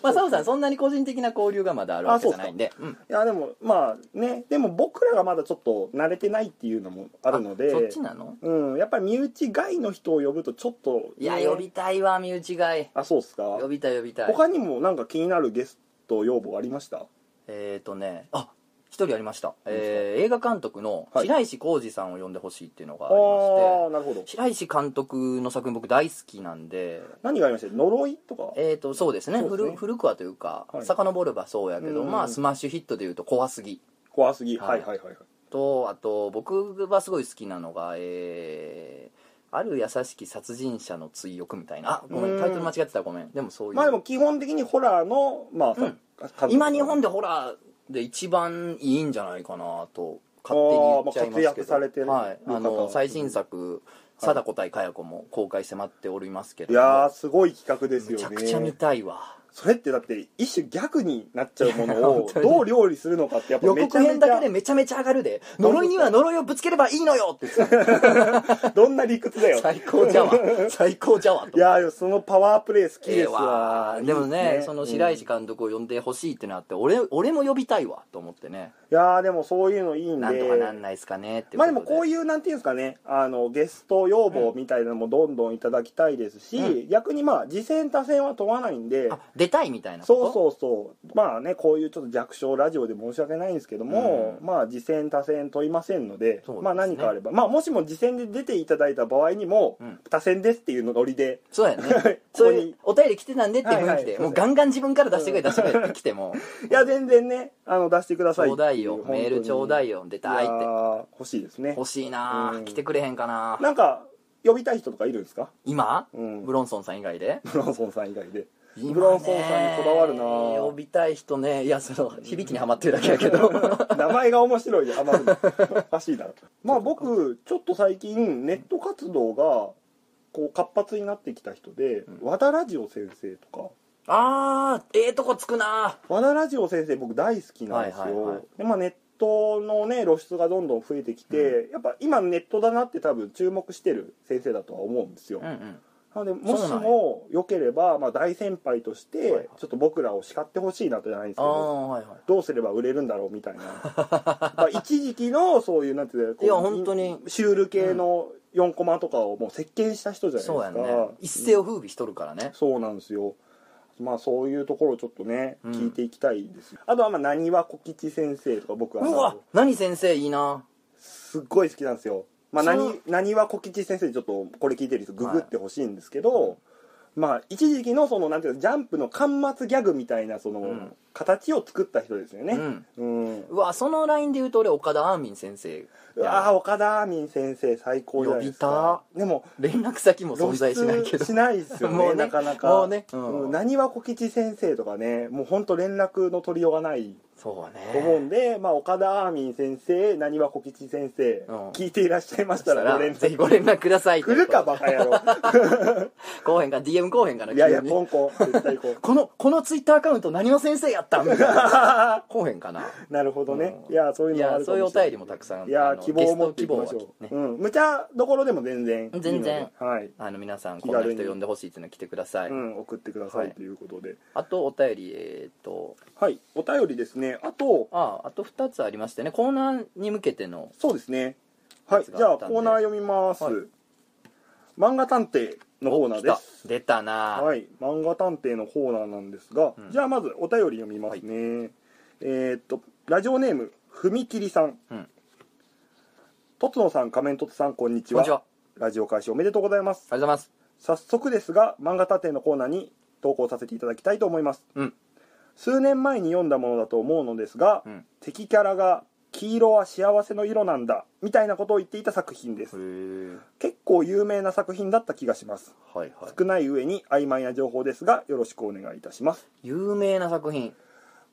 Speaker 1: まあサムさんそんなに個人的な交流がまだあるわけじゃないんでうん
Speaker 2: いやでもまあねでも僕らがまだちょっと慣れてないっていうのもあるので
Speaker 1: そっちなの
Speaker 2: うん、やっぱり身内外の人を呼ぶとちょっとね、
Speaker 1: いや呼びたいわ身内がい
Speaker 2: あそうっすか
Speaker 1: 呼びたい呼びたい
Speaker 2: 他にもなんか気になるゲスト要望ありました
Speaker 1: えっ、ー、とねあ一人ありました、えー映画監督の
Speaker 2: はい
Speaker 1: 白石浩二さんを呼んでほしいっていうのがありま
Speaker 2: ああ
Speaker 1: して
Speaker 2: なるほど
Speaker 1: 白石監督の作品僕大好きなんで
Speaker 2: 何がありました呪いとか
Speaker 1: えー、とそうですね
Speaker 2: そうです
Speaker 1: 古
Speaker 2: ね
Speaker 1: 古くはというか、
Speaker 2: はい
Speaker 1: 遡ればそうやけど、
Speaker 2: うん
Speaker 1: まあ、スマッシュヒットでいうと「怖すぎ」
Speaker 2: 怖すぎ、
Speaker 1: は
Speaker 2: はいい、はいはいはい
Speaker 1: とあと僕はすごい好きなのがえーある優しき殺人者の追憶みたいなあごめ
Speaker 2: うんん
Speaker 1: タイトル間違ってたらごめんでもそういう、
Speaker 2: まあでも基本的にホラーのまあ、
Speaker 1: うん
Speaker 2: さ
Speaker 1: 今日本でホラーで一番いいんじゃないかなと勝手に言っちゃいますけど
Speaker 2: あーまあ活躍されてる
Speaker 1: はい、あ
Speaker 2: 方
Speaker 1: の
Speaker 2: は
Speaker 1: 最新作「貞子対佳代子」も公開迫っておりますけれ
Speaker 2: い
Speaker 1: ども
Speaker 2: やーすごい企画で
Speaker 1: め
Speaker 2: すよ
Speaker 1: ち
Speaker 2: ね
Speaker 1: ゃくちゃ見たいわ
Speaker 2: それってだって一種逆になっちゃうも
Speaker 1: いや
Speaker 2: の
Speaker 1: 本
Speaker 2: を
Speaker 1: 当に
Speaker 2: どう料理するのかってやっぱ
Speaker 1: 予
Speaker 2: めち
Speaker 1: 告
Speaker 2: ゃめ
Speaker 1: 編だけ
Speaker 2: ち
Speaker 1: でめちゃめちゃ上がるで呪いには呪いをぶつければいいのよって言ってた
Speaker 2: ゃどんな理屈だ よ
Speaker 1: 最高じゃわ 最高じゃわと
Speaker 2: いやーそのパワープレイ好き
Speaker 1: ええ
Speaker 2: です
Speaker 1: わ
Speaker 2: わ
Speaker 1: でもね
Speaker 2: いいっす
Speaker 1: その白石監督を呼んでほしいってなって、俺俺も呼びたいわと思ってね
Speaker 2: いやーでもそういうのいいんで
Speaker 1: なんとかなんないですかねって
Speaker 2: まあでもこう
Speaker 1: いう
Speaker 2: いうなんていうんですかねあのゲスト要望みたいなのもどんどんいただきたいですし、
Speaker 1: う
Speaker 2: 逆にまあ次戦他戦は問わないんで
Speaker 1: あ出たいみたいなこと
Speaker 2: そうそうそうまあねこういうちょっと弱小ラジオで申し訳ないんですけども、
Speaker 1: う
Speaker 2: まあ次戦他戦問いませんので
Speaker 1: そうですね
Speaker 2: まあ何かあればまあもしも次戦で出ていただいた場合にも、
Speaker 1: うん
Speaker 2: 他戦ですっていうのノ リで
Speaker 1: そうやね
Speaker 2: こ
Speaker 1: そ
Speaker 2: こ
Speaker 1: うい
Speaker 2: に
Speaker 1: うお便り来てたんでっていう雰囲気
Speaker 2: はい
Speaker 1: で
Speaker 2: はい
Speaker 1: もうガンガン自分から出してくれ出してくれって来て も
Speaker 2: いや全然ねあの出してくだ
Speaker 1: ち
Speaker 2: さい
Speaker 1: ょうだいよメールちょうだい
Speaker 2: よ
Speaker 1: よ出たいって
Speaker 2: 欲しいですね
Speaker 1: 欲しいな
Speaker 2: う
Speaker 1: ぁ
Speaker 2: ん
Speaker 1: 来てくれへんかなぁ
Speaker 2: なんか呼びたい人とかいるんですか
Speaker 1: 今
Speaker 2: うん
Speaker 1: ブロンソンさん以外で
Speaker 2: ブロンソンさん以外で
Speaker 1: 今ね
Speaker 2: ブロンソンさんにこだわるなぁ
Speaker 1: 呼びたい人ねいやその響きにはまってるだけやけど
Speaker 2: 名前が面白いよあまりおかしいだろまあ僕ちょっと最近ネット活動がこう活発になってきた人で、和田ラジオ先生とか
Speaker 1: あーええとこつくな
Speaker 2: 和田ラジオ先生僕大好きなんですよ、
Speaker 1: はいはいはい
Speaker 2: でまあネットのね露出がどんどん増えてきて、やっぱ今ネットだなって多分注目してる先生だとは思うんですよ、
Speaker 1: ぁうんうん
Speaker 2: なのでも
Speaker 1: そう
Speaker 2: し
Speaker 1: なんや
Speaker 2: もよければ、まあ、大先輩とし
Speaker 1: はいはい
Speaker 2: てちょっと僕らを叱ってほしいなとじゃないんですけ
Speaker 1: あ
Speaker 2: ど
Speaker 1: あはいはい
Speaker 2: どうすれば売れるんだろうみたい なまあ一時期のそういうなんていうのこう
Speaker 1: いや本当に
Speaker 2: シュール系の4コマとかをもう席巻した人じゃないですか
Speaker 1: そうやね一世を風靡しとるからね
Speaker 2: そうなんですよまあそういうところをちょっとね、
Speaker 1: うん
Speaker 2: 聞いていきたいですよあとはまあなにわ小吉先生とか僕
Speaker 1: う
Speaker 2: はあの
Speaker 1: わ何先生いいな
Speaker 2: すっごい好きなんですよまあ
Speaker 1: そ
Speaker 2: な
Speaker 1: の
Speaker 2: になにわ小吉先生ちょっとこれ聞いてる人ググってほしいんですけど、まあ一時期のそのなんていうかジャンプの巻末ギャグみたいなその、
Speaker 1: ん
Speaker 2: 形を作った人ですよ
Speaker 1: う
Speaker 2: ね
Speaker 1: ん
Speaker 2: うん
Speaker 1: うわそのラインで言うと俺岡田アーミン先生
Speaker 2: ああ岡田アーミン先生最高じゃないですかでも
Speaker 1: 連絡先も存在しないけ
Speaker 2: 露出
Speaker 1: ど
Speaker 2: しないですよね
Speaker 1: もうね
Speaker 2: なかなか
Speaker 1: もうねうん
Speaker 2: うんなにわ小吉先生とかねもう本当連絡の取りようがない
Speaker 1: そうね
Speaker 2: と思うんで、まあ、岡田アーミン先生なにわ小吉先生、
Speaker 1: うん
Speaker 2: 聞いていらっしゃいまし
Speaker 1: そ
Speaker 2: た
Speaker 1: した
Speaker 2: ら
Speaker 1: ら
Speaker 2: ご連
Speaker 1: ぜ
Speaker 2: 絡
Speaker 1: ひご連絡ください
Speaker 2: 来るか
Speaker 1: ば
Speaker 2: バカ野郎
Speaker 1: こうへんか DM こうへんかない
Speaker 2: やいや
Speaker 1: 急に
Speaker 2: ポンコ絶対こう
Speaker 1: このこのツイッターアカウント何の先生やった みたいなこうへんかな
Speaker 2: なるほどね、
Speaker 1: うん
Speaker 2: いやそういう
Speaker 1: い
Speaker 2: のもあ
Speaker 1: や
Speaker 2: るか
Speaker 1: そう
Speaker 2: も
Speaker 1: いうお
Speaker 2: しれな
Speaker 1: 便りもたくさん
Speaker 2: いや
Speaker 1: あの
Speaker 2: 希望を持って
Speaker 1: ゲスト
Speaker 2: いきま
Speaker 1: 希
Speaker 2: し
Speaker 1: 望
Speaker 2: ょ
Speaker 1: は
Speaker 2: う、
Speaker 1: ね
Speaker 2: うん、無茶どころでも全然いいので
Speaker 1: 全然
Speaker 2: はい、
Speaker 1: あの皆さんこ
Speaker 2: 気
Speaker 1: んな
Speaker 2: 軽に
Speaker 1: 人呼んでほしいっていうの来てください、
Speaker 2: うん、送ってくださ
Speaker 1: はい
Speaker 2: いということで、
Speaker 1: あとお便りえーっと
Speaker 2: はい、お便りですね。あと、
Speaker 1: ああと2つありましてねコーナーに向けての
Speaker 2: そうですね。はい、
Speaker 1: やつ
Speaker 2: じ
Speaker 1: が
Speaker 2: ゃ
Speaker 1: あっ
Speaker 2: あ
Speaker 1: たんで
Speaker 2: コーナー読みます。
Speaker 1: はい
Speaker 2: 漫画探偵のコーナーで
Speaker 1: 来
Speaker 2: す。
Speaker 1: た出たな、
Speaker 2: はい、漫画探偵のコーナーなんですが、
Speaker 1: うん
Speaker 2: じゃあまずお便り読みますね。えーっと、ラジオネーム、ふみきりさん。
Speaker 1: うん
Speaker 2: とつのさん、仮面とつさん、こんに
Speaker 1: こ
Speaker 2: ち
Speaker 1: ん
Speaker 2: は。
Speaker 1: にちは
Speaker 2: ラジオ開始おめでとうございます。
Speaker 1: ありがとうございます
Speaker 2: 早速ですが、漫画探偵のコーナーに投稿させていただきたいと思います。
Speaker 1: うん
Speaker 2: 数年前に読んだものだと思うのですが、
Speaker 1: うん
Speaker 2: 敵キャラが「黄色は幸せの色なんだ」みたいなことを言っていた作品です
Speaker 1: へえ
Speaker 2: 結構有名な作品だった気がします
Speaker 1: はいは
Speaker 2: 少ない上に曖昧な情報ですがよろしくお願いいたします
Speaker 1: い有名な作品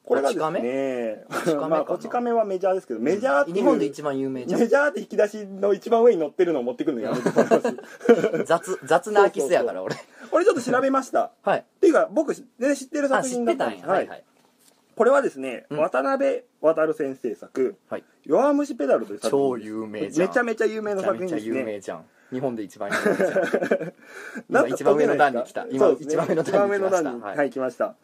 Speaker 2: これがで
Speaker 1: こ
Speaker 2: す
Speaker 1: ち
Speaker 2: ね
Speaker 1: こち亀かな
Speaker 2: まあこち亀はメジャーですけどメジャーっていう
Speaker 1: 日本で一番有名じゃ
Speaker 2: メ
Speaker 1: ん
Speaker 2: ジャーって引き出しの一番上に乗ってるのを持ってくるのやめてもらえます
Speaker 1: 雑雑な空き巣やから俺
Speaker 2: 俺ちょっと調べました
Speaker 1: はい
Speaker 2: っていうか僕全然知ってる
Speaker 1: あ
Speaker 2: 作
Speaker 1: 知っ
Speaker 2: 品だ
Speaker 1: て
Speaker 2: った
Speaker 1: た
Speaker 2: ん
Speaker 1: ん
Speaker 2: です
Speaker 1: やはいは
Speaker 2: はい
Speaker 1: い
Speaker 2: これはですね、
Speaker 1: うん
Speaker 2: 渡辺渡先生作
Speaker 1: はい
Speaker 2: 「弱虫ペダル」という作
Speaker 1: 超
Speaker 2: 品です
Speaker 1: 有名
Speaker 2: め
Speaker 1: じゃん
Speaker 2: ちゃめちゃ有名
Speaker 1: め
Speaker 2: な
Speaker 1: ちゃ
Speaker 2: 作
Speaker 1: めちゃ
Speaker 2: 品です
Speaker 1: 有
Speaker 2: ね
Speaker 1: 名じゃん日本で一番有名じゃん
Speaker 2: なん
Speaker 1: 今
Speaker 2: か
Speaker 1: 一番上の段に来た今
Speaker 2: そうですね
Speaker 1: 一番上の段に来ました
Speaker 2: 一番上の段に
Speaker 1: はい
Speaker 2: はい来ました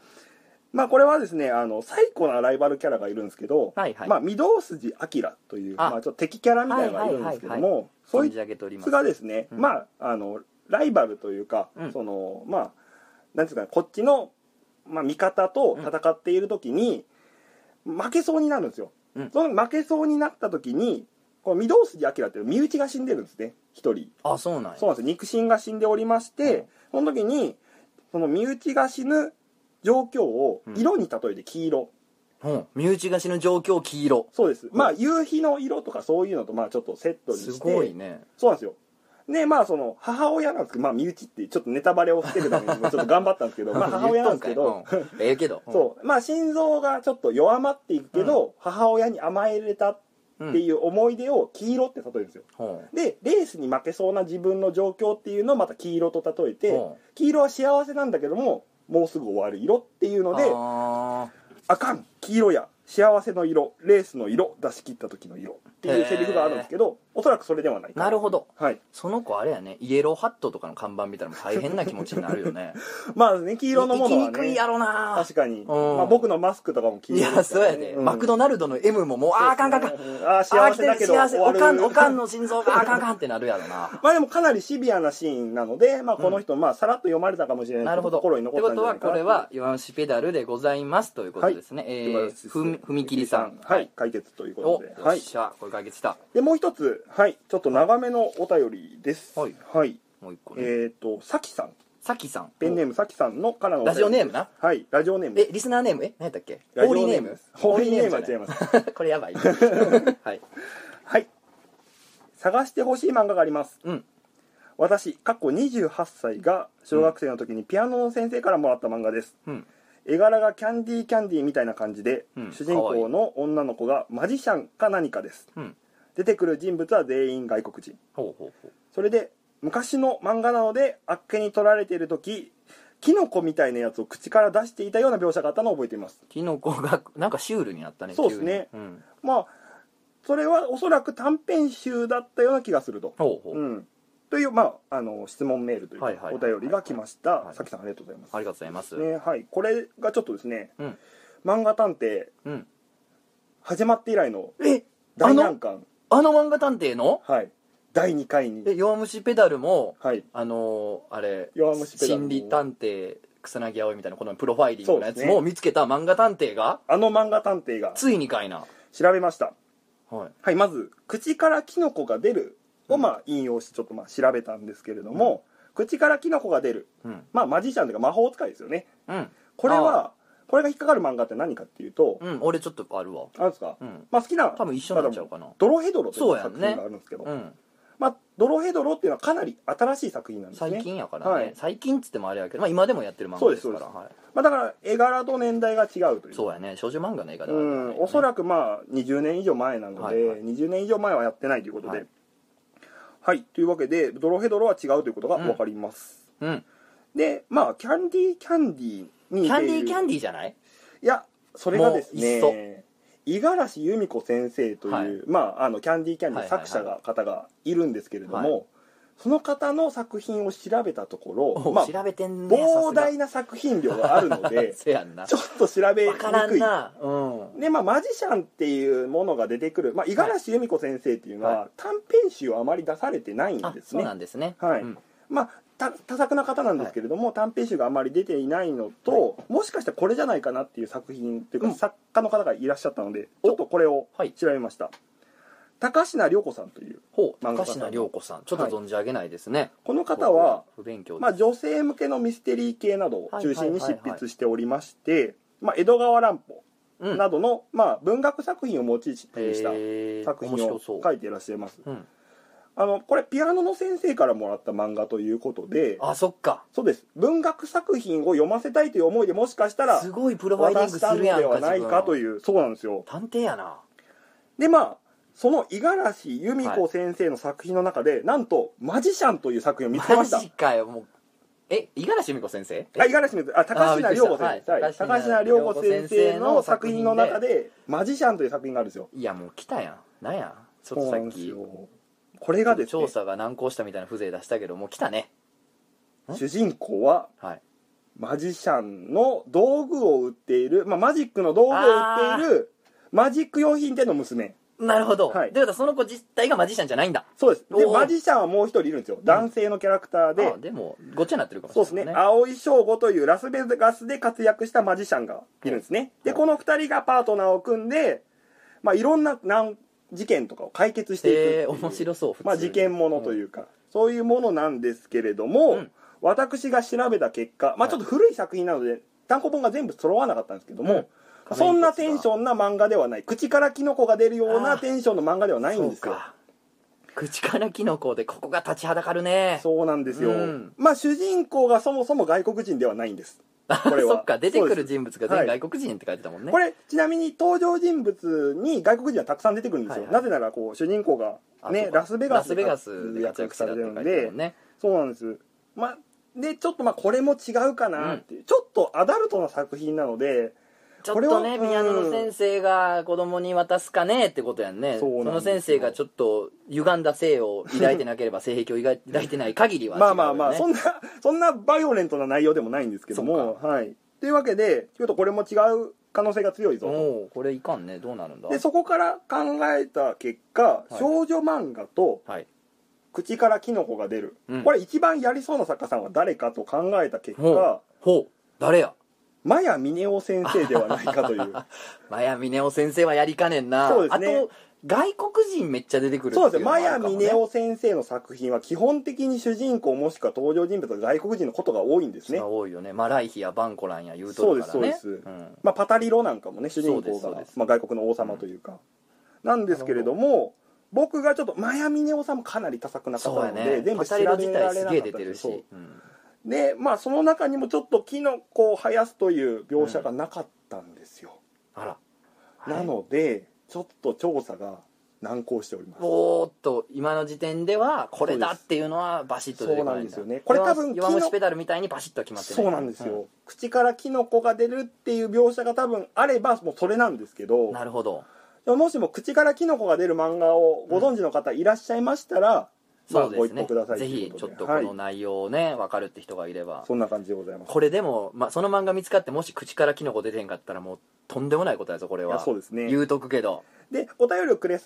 Speaker 2: まあこれはですねあの最古なライバルキャラがいるんですけど、
Speaker 1: はいはい
Speaker 2: まあ御堂筋明という
Speaker 1: あ
Speaker 2: まあ、ちょっと敵キャラみたいなのがいるんですけども、
Speaker 1: は
Speaker 2: そ
Speaker 1: 存
Speaker 2: い
Speaker 1: じ上げておりま
Speaker 2: つ
Speaker 1: す
Speaker 2: がですね、
Speaker 1: うん
Speaker 2: まああのライバルというか、
Speaker 1: うん
Speaker 2: そのまあなんていうかこっちの、まあ、味方と戦っている時に、負けそうになるんですよ、
Speaker 1: うん
Speaker 2: その負けそうになった時にこの御堂筋明っていう身内が死んでるんですね一人
Speaker 1: あそうなんや
Speaker 2: そうなんですよ肉親が死んでおりまして、その時にその身内が死ぬ状況を色に例えて黄色、
Speaker 1: うん身内貸しの状況黄色
Speaker 2: そうです、まあ夕日の色とかそういうのとまあちょっとセットにして
Speaker 1: すごいね
Speaker 2: そうなんですよでまあその母親なんですけどまあ身内ってちょっとネタバレを防ぐためにもち ょっと頑張ったんですけどまあ母親なんですけど、
Speaker 1: 言っとんかいうんええけど
Speaker 2: そうまあ心臓がちょっと弱まっていくけど、母親に甘えれた
Speaker 1: うん
Speaker 2: っていう思い出を黄色って例えるんですよ
Speaker 1: うんうん
Speaker 2: でレースに負けそうな自分の状況っていうのをまた黄色と例えて、
Speaker 1: うん
Speaker 2: 黄色は幸せなんだけどももうすぐ終わる色っていうのであ
Speaker 1: あ
Speaker 2: かん黄色や幸せの色レースの色出し切った時の色っていうセリフがあるんですけどおそらくそれではない
Speaker 1: ーなるほど
Speaker 2: どはい
Speaker 1: その子あれやねイエローハットとかの看板見たらもう大変な気持ちになるよね
Speaker 2: まあね黄 色のものは
Speaker 1: 生きにくい
Speaker 2: ね
Speaker 1: やろな
Speaker 2: 確かに、ま
Speaker 1: うん
Speaker 2: あ、僕のマスクとかも黄
Speaker 1: い
Speaker 2: 色
Speaker 1: やそうやで、マクドナルドの M ももうあーあかんあかんあかん
Speaker 2: ああ幸せだけど
Speaker 1: あー来てる
Speaker 2: 終
Speaker 1: 幸
Speaker 2: わ
Speaker 1: せお
Speaker 2: る
Speaker 1: かんおかんの心臓があーあかんあかんってなるやろな
Speaker 2: まあでもかなりシビアなシーンなので、まあ、この人、まあさらっと読まれたかもしれない
Speaker 1: なるほど。
Speaker 2: 心に残
Speaker 1: っ
Speaker 2: ってた
Speaker 1: こ
Speaker 2: んじ
Speaker 1: と
Speaker 2: ゃな
Speaker 1: はい
Speaker 2: か
Speaker 1: こ
Speaker 2: な
Speaker 1: れは弱虫ペダルでございますということですね、え
Speaker 2: 素晴らしい
Speaker 1: ー、
Speaker 2: です
Speaker 1: ふみ踏切さん
Speaker 2: はい解決という
Speaker 1: お
Speaker 2: こ
Speaker 1: よ
Speaker 2: とで、は
Speaker 1: っ
Speaker 2: い、
Speaker 1: しゃ、これ解決した
Speaker 2: でもう一つ、はい、ちょっと長めのお便りです
Speaker 1: はい
Speaker 2: はい、
Speaker 1: もう一個ね、
Speaker 2: えっ、とさきさん
Speaker 1: さきさん
Speaker 2: ペンネームさきさんのからのお
Speaker 1: ラ
Speaker 2: 便り
Speaker 1: ジオネームな
Speaker 2: はいラジオネーム
Speaker 1: えリスナーネームえ何やったっけホ
Speaker 2: ラジ
Speaker 1: ー
Speaker 2: オ
Speaker 1: リーネ
Speaker 2: ネ
Speaker 1: ー
Speaker 2: ー
Speaker 1: ム
Speaker 2: ムホーリーネーム
Speaker 1: ホ
Speaker 2: は違い
Speaker 1: す これやば いはい
Speaker 2: はい探してほしい漫画があります
Speaker 1: うん
Speaker 2: 私過去28歳が小学生の時にピアノの先生からもらった漫画です、
Speaker 1: うん
Speaker 2: 絵柄がキャンディーキャンディーみたいな感じで、
Speaker 1: うん
Speaker 2: 主人公の女の子がマジシャンか何かです
Speaker 1: うん
Speaker 2: 出てくる人物は全員外国人
Speaker 1: ほうほうほう
Speaker 2: それで昔の漫画なのであっけに取られている時キノコみたいなやつを口から出していたような描写があったのを覚えています
Speaker 1: キノコがなんかシュールになったね
Speaker 2: そうですね
Speaker 1: 急にうん
Speaker 2: まあそれはおそらく短編集だったような気がすると、
Speaker 1: ほうほう、
Speaker 2: うん、という、まあ、あの質問メールというか
Speaker 1: はいはい
Speaker 2: お便りが来まし
Speaker 1: は
Speaker 2: た
Speaker 1: い
Speaker 2: さきさんありがとうございます、
Speaker 1: ありがとうございます、
Speaker 2: ねはい、これがちょっとですね
Speaker 1: うん
Speaker 2: 「漫画探偵
Speaker 1: うん」
Speaker 2: 始まって以来の
Speaker 1: えあ
Speaker 2: 大難
Speaker 1: の
Speaker 2: 関、
Speaker 1: あの漫画探偵の
Speaker 2: はい、第2回に
Speaker 1: え弱虫ペダルも
Speaker 2: はい
Speaker 1: あのーあれ
Speaker 2: 弱虫ペダル
Speaker 1: 心
Speaker 2: の
Speaker 1: 理探偵草薙葵みたいなこのプロファイリングのや
Speaker 2: そうで
Speaker 1: つ
Speaker 2: すね
Speaker 1: も見つけた漫画探偵が
Speaker 2: あの漫画探偵が
Speaker 1: ついにかいな
Speaker 2: 調べました
Speaker 1: はい
Speaker 2: はい、まず「口からキノコが出る」をまあ引用してちょっとまあ調べたんですけれども、口からキノコが出る、
Speaker 1: うん
Speaker 2: まあ、マジシャンというか魔法使いですよね
Speaker 1: うん
Speaker 2: これはこれが引っかかる漫画って何かっていうと、
Speaker 1: うん俺ちょっとあるわ
Speaker 2: あるんですか、
Speaker 1: うん
Speaker 2: まあ、好きな
Speaker 1: 多分一緒になっちゃうかな
Speaker 2: ドロヘドロと
Speaker 1: そ
Speaker 2: いうう
Speaker 1: やんね
Speaker 2: 作品があるんですけど、
Speaker 1: うん
Speaker 2: まあ、ドロヘドロっていうのはかなり新しい作品なんですね
Speaker 1: 最近やからね、
Speaker 2: はい
Speaker 1: 最近っつってもあれやけど、まあ、今でもやってる漫画
Speaker 2: そう
Speaker 1: で
Speaker 2: です
Speaker 1: すから
Speaker 2: そ
Speaker 1: はい
Speaker 2: まあ、だから絵柄と年代が違うという
Speaker 1: そうやね少女漫画の映画だ
Speaker 2: う
Speaker 1: からね
Speaker 2: ん、おそらくまあ20年以上前なので、
Speaker 1: はいはい
Speaker 2: 20年以上前はやってないということで
Speaker 1: は
Speaker 2: はいい、というわけでドロヘドロは違うということが分かります、
Speaker 1: うん
Speaker 2: でまあキャンディーキャンディーに
Speaker 1: キ
Speaker 2: 似
Speaker 1: ャン
Speaker 2: てい
Speaker 1: ディ
Speaker 2: る
Speaker 1: ーキャンディーじゃない
Speaker 2: いやそれがです
Speaker 1: もう
Speaker 2: ね五十嵐由美子先生という、
Speaker 1: はい
Speaker 2: まあ、あのキャンディーキャンディー
Speaker 1: はいはいはい
Speaker 2: 作者が、方がいるんですけれども、
Speaker 1: はい
Speaker 2: その方の作品を調べたところ、
Speaker 1: お
Speaker 2: まあ、
Speaker 1: 調べてんね
Speaker 2: 膨大
Speaker 1: な
Speaker 2: な作品量がある ので
Speaker 1: せやんな
Speaker 2: ちょっと調べに
Speaker 1: わから
Speaker 2: く
Speaker 1: ん
Speaker 2: い
Speaker 1: なうん
Speaker 2: でまあ、マジシャンっていうものが出てくるまあ五十嵐由美子先生っていうのは、
Speaker 1: は
Speaker 2: 短編集をあまり出されてないん
Speaker 1: あ
Speaker 2: です
Speaker 1: そう
Speaker 2: ね
Speaker 1: なんですね
Speaker 2: はい
Speaker 1: うん
Speaker 2: まあた多作な方なんですけれども、短編集があまり出ていないのと、もしかしたらこれじゃないかなっていう作品というか、
Speaker 1: うん
Speaker 2: 作家の方がいらっしゃったので
Speaker 1: お
Speaker 2: ちょっとこれを
Speaker 1: はい
Speaker 2: 調べました、高階涼子さんという
Speaker 1: ほう
Speaker 2: 漫
Speaker 1: 高
Speaker 2: 画家さん
Speaker 1: 階涼子さんちょっと存じ上げないですね、
Speaker 2: この方は、
Speaker 1: 僕不勉強です
Speaker 2: まあ、女性向けのミステリー系などを中心
Speaker 1: はいはい
Speaker 2: に執
Speaker 1: はいはい
Speaker 2: 筆しておりまして、まあ、江戸川乱歩
Speaker 1: うん
Speaker 2: などの、まあ、文学作品をモチーフにした
Speaker 1: へー
Speaker 2: 作品
Speaker 1: 面白
Speaker 2: を
Speaker 1: そう
Speaker 2: 書いていらっしゃいます
Speaker 1: うん、
Speaker 2: あのこれピアノの先生からもらった漫画ということで
Speaker 1: あそっか
Speaker 2: そうです文学作品を読ませたいという思いでもしかしたら
Speaker 1: すごいプロファイリ
Speaker 2: 渡
Speaker 1: ング
Speaker 2: し
Speaker 1: す
Speaker 2: たの
Speaker 1: る
Speaker 2: で
Speaker 1: やんか
Speaker 2: はないかと
Speaker 1: う
Speaker 2: いうそうなんですよ
Speaker 1: 探偵やな
Speaker 2: でまあその五十嵐由美子先生の作品の中で、なんと「マジシャン」という作品を見つけま
Speaker 1: マ
Speaker 2: した
Speaker 1: ジかよもうえ五十嵐美子先生
Speaker 2: あ五十嵐由美子あ高階涼子先生
Speaker 1: あびっくりしたはい
Speaker 2: はい高階涼子先生の作品の中で「マジシャン」という作品があるんですよ
Speaker 1: いやもう来たやんなんやちょっ
Speaker 2: そ
Speaker 1: と
Speaker 2: う
Speaker 1: さ
Speaker 2: なん
Speaker 1: っ
Speaker 2: です
Speaker 1: き
Speaker 2: よこれがですね
Speaker 1: 調査が難航したみたいな風情出したけどもう来たね
Speaker 2: 主人公は
Speaker 1: はい
Speaker 2: マジシャンの道具を売っている、まあ、マジックの道具を売っているマジック用品店の娘
Speaker 1: なるほど、
Speaker 2: はい
Speaker 1: ということはその子実体がマジシャンじゃないんだ
Speaker 2: そうですで
Speaker 1: おー
Speaker 2: マジシャンはもう一人いるんですよ男性のキャラクターで、
Speaker 1: あでもごっちゃになってるかもし
Speaker 2: そ
Speaker 1: れ
Speaker 2: う
Speaker 1: な
Speaker 2: で
Speaker 1: い
Speaker 2: すね青井翔吾というラスベガスで活躍したマジシャンがいるんですねでこの二人がパートナーを組んで、まあ、いろんな難事件とかを解決していくってい
Speaker 1: え
Speaker 2: う
Speaker 1: ー、面白そう普通に
Speaker 2: まあ、事件ものというか、そういうものなんですけれども、
Speaker 1: うん
Speaker 2: 私が調べた結果、まあ、ちょっと古い作品なので、単行本が全部揃わなかったんですけども、
Speaker 1: うん
Speaker 2: そんなテンションな漫画ではない口からキノコが出るよう
Speaker 1: あ
Speaker 2: な
Speaker 1: ー
Speaker 2: テンションの漫画ではないん
Speaker 1: そ
Speaker 2: で
Speaker 1: う
Speaker 2: すよ
Speaker 1: か口からキノコでここが立ちはだかるね
Speaker 2: そうなんですよ、
Speaker 1: うん
Speaker 2: まあ主人公がそもそも外国人ではないん ですこれは
Speaker 1: そっか出てく
Speaker 2: そう
Speaker 1: る
Speaker 2: で
Speaker 1: 人物が
Speaker 2: は
Speaker 1: 全
Speaker 2: い
Speaker 1: 外国人って書いてたもん
Speaker 2: す
Speaker 1: ね、
Speaker 2: これちなみに登場人物に外国人はたくさん出てくるんですよ、
Speaker 1: はいはい
Speaker 2: なぜならこう主人公が
Speaker 1: あ
Speaker 2: ね
Speaker 1: そうか
Speaker 2: ラスベガ
Speaker 1: ラ
Speaker 2: ス
Speaker 1: スベガスで活躍してたって書いてたもんね
Speaker 2: そうなんですまあでちょっとまあこれも違うかなっていう、ちょっとアダルトな作品なので
Speaker 1: ちょっと
Speaker 2: これ
Speaker 1: ね
Speaker 2: はうん
Speaker 1: ピアノの先生が子供に渡すかねってことやんね
Speaker 2: そうなんですよ
Speaker 1: の先生がちょっと歪んだ性を抱いてなければ性癖を抱いてない限りは違う
Speaker 2: まあ
Speaker 1: よね
Speaker 2: まあまあそんな そんなバイオレントな内容でもないんですけど
Speaker 1: そ
Speaker 2: もはいというわけでちょっとこれも違う可能性が強いぞと
Speaker 1: おうこれいかんねどうなるんだ
Speaker 2: でそこから考えた結果、
Speaker 1: い
Speaker 2: 少女漫画と
Speaker 1: はい
Speaker 2: 口からキノコが出る、
Speaker 1: うん
Speaker 2: これ一番やりそうな作家さんは誰かと考えた結
Speaker 1: ほう
Speaker 2: 果
Speaker 1: ほう誰や
Speaker 2: マヤミネオ先生ではないか という
Speaker 1: マヤミネオ先生はやりかねんな
Speaker 2: そうですね
Speaker 1: あと外国人めっちゃ出てくるってい
Speaker 2: そうです
Speaker 1: う
Speaker 2: ね
Speaker 1: のもあ
Speaker 2: マ
Speaker 1: るか
Speaker 2: ヤ
Speaker 1: もね
Speaker 2: ミネオ先生の作品は基本的に主人公もしくは登場人物が外国人のことが多いんですね
Speaker 1: が、多いよねマライヒやバンコランや言うとるからね
Speaker 2: そうですそうです
Speaker 1: ん
Speaker 2: まあ、パタリロなんかもね主人
Speaker 1: そうで
Speaker 2: 公
Speaker 1: すそう
Speaker 2: が
Speaker 1: で、す
Speaker 2: まあ、外国の王様というか、なんですけれども僕がちょっとマヤミネオさんもかなり多作な方
Speaker 1: そう
Speaker 2: な
Speaker 1: や
Speaker 2: ので、
Speaker 1: ね
Speaker 2: 全部
Speaker 1: パ
Speaker 2: 調
Speaker 1: タ
Speaker 2: べ
Speaker 1: リ
Speaker 2: ら
Speaker 1: ロ
Speaker 2: れ
Speaker 1: 自体す
Speaker 2: なかったん
Speaker 1: げえ出
Speaker 2: です
Speaker 1: てるし
Speaker 2: そう
Speaker 1: うん
Speaker 2: でまあその中にもちょっとキノコを生やすという描写がなかったんですよ、
Speaker 1: あら
Speaker 2: なのでちょっと調査が難航しております
Speaker 1: ぼーっと今の時点ではこれだっていうのはバシッと出てこない
Speaker 2: そうなんですよねこれ多分
Speaker 1: 弱
Speaker 2: 昨
Speaker 1: 虫
Speaker 2: 日
Speaker 1: ペダルみたいにバシッとは決まってない
Speaker 2: そうなんですよ、、口からキノコが出るっていう描写が多分あればもうそれなんですけ
Speaker 1: うん
Speaker 2: ど
Speaker 1: なるほど
Speaker 2: でももしも口からキノコが出る漫画をご存知の方いらっしゃいましたら、ま
Speaker 1: そ
Speaker 2: あ
Speaker 1: う
Speaker 2: ご
Speaker 1: です
Speaker 2: 一
Speaker 1: ね
Speaker 2: 報ください
Speaker 1: ぜ
Speaker 2: いう
Speaker 1: ひ
Speaker 2: こ
Speaker 1: ちょっ
Speaker 2: で
Speaker 1: とこの
Speaker 2: はい、
Speaker 1: 内容をね分かるって人がいれば
Speaker 2: そんな感じでございます
Speaker 1: これでも、まあ、その漫画見つかってもし口からキノコ出てんかったらもうとんでもないことやぞこれ
Speaker 2: いや
Speaker 1: は
Speaker 2: そうですね
Speaker 1: 言うとくけど
Speaker 2: でお便りをくれ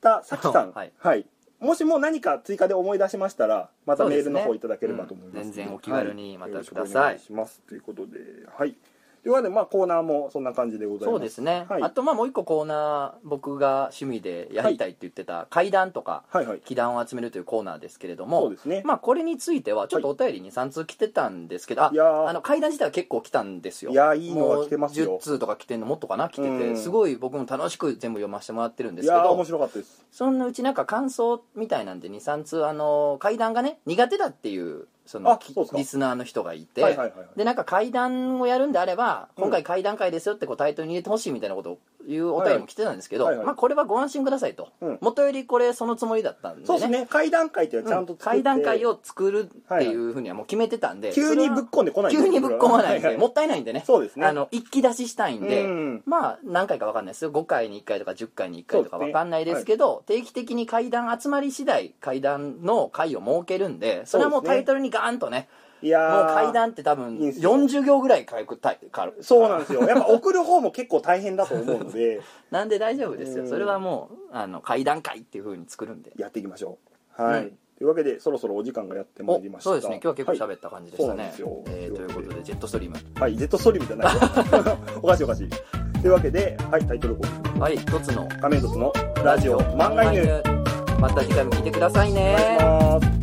Speaker 2: たさきさん、
Speaker 1: はい
Speaker 2: もしも何か追加で思い出しましたらまたメールの方いただければと思います
Speaker 1: そうですねうん全然お気軽にまたください
Speaker 2: よろしくお願いしますということではいというわけで、まあ、コーナーもそんな感じでございます
Speaker 1: そうですね、
Speaker 2: はい
Speaker 1: あとまあもう一個コーナー僕が趣味でやりたいって言ってた怪談とか
Speaker 2: はいはい
Speaker 1: 祈談を集めるというコーナーですけれど
Speaker 2: そう
Speaker 1: も
Speaker 2: ですね、
Speaker 1: まあこれについてはちょっとお便りに3通来てたんですけどあ
Speaker 2: いやー
Speaker 1: あの怪談自体は結構来たんですよ
Speaker 2: いやーいいのが来てますよ
Speaker 1: もう10通とか来てんのもっとかな来てて、
Speaker 2: うん
Speaker 1: すごい僕も楽しく全部読ませてもらってるんで
Speaker 2: い
Speaker 1: すけ
Speaker 2: やー面
Speaker 1: ど
Speaker 2: 白かったです
Speaker 1: そのうちなんか感想みたいなんで23通あの怪談がね苦手だっていうそ
Speaker 2: あ
Speaker 1: の
Speaker 2: そうですか
Speaker 1: リスナーの人がいて、
Speaker 2: はいはいはいはい
Speaker 1: でなんか階段をやるんであれば
Speaker 2: うん
Speaker 1: 今回階段会ですよってこうタイトルに入れてほしいみたいなことをいうお
Speaker 2: はい
Speaker 1: 便
Speaker 2: は
Speaker 1: り
Speaker 2: い
Speaker 1: も来てたんですけど、
Speaker 2: はいはい
Speaker 1: まあ、これはご安心くださいと、
Speaker 2: うん
Speaker 1: 元よりこれそのつもりだったんでね
Speaker 2: そうですね会談会っていう
Speaker 1: うん
Speaker 2: のはちゃんと作って、
Speaker 1: 階段会を作るっていうふうにはもう決めてたんで、
Speaker 2: 急にぶっこんでこないんです
Speaker 1: 急に
Speaker 2: よ
Speaker 1: ぶっ込まないん
Speaker 2: は
Speaker 1: でもったいないんでね
Speaker 2: そうですね
Speaker 1: あの一気出ししたいんで、
Speaker 2: うん
Speaker 1: まあ何回か分かんないですよ5回に1回とか10回に1回とか
Speaker 2: そうです
Speaker 1: 分
Speaker 2: ね
Speaker 1: かんないですけど定期的に階段集まり次第階段の会を設けるんでそれはもう
Speaker 2: そうです
Speaker 1: タ
Speaker 2: ね
Speaker 1: イトルにガーンとね
Speaker 2: いや
Speaker 1: もう
Speaker 2: ー
Speaker 1: 階段って多分
Speaker 2: いいんすよ
Speaker 1: 40行ぐらい書くタイかる
Speaker 2: そうなんですよやっぱ送る方も結構大変だと思う ので
Speaker 1: なんで大丈夫です
Speaker 2: う
Speaker 1: よ
Speaker 2: ん
Speaker 1: それはもうあの階段会っていうふうに作るんで
Speaker 2: やっていきましょうはい、
Speaker 1: うん
Speaker 2: というわけでそろそろお時間がやってま
Speaker 1: お
Speaker 2: いりました
Speaker 1: そうですね今日は結構喋
Speaker 2: っ
Speaker 1: った感じでしたね、
Speaker 2: はいそうなんですよ
Speaker 1: えーということでジェットストリーム
Speaker 2: はい、はい、ジェットストリームじゃない おかしいおかしいというわけで、はい、タイトルコール
Speaker 1: はい一つの
Speaker 2: 仮面凸のラジオ漫画犬お願いし
Speaker 1: また次回も聞いてくださいね
Speaker 2: ます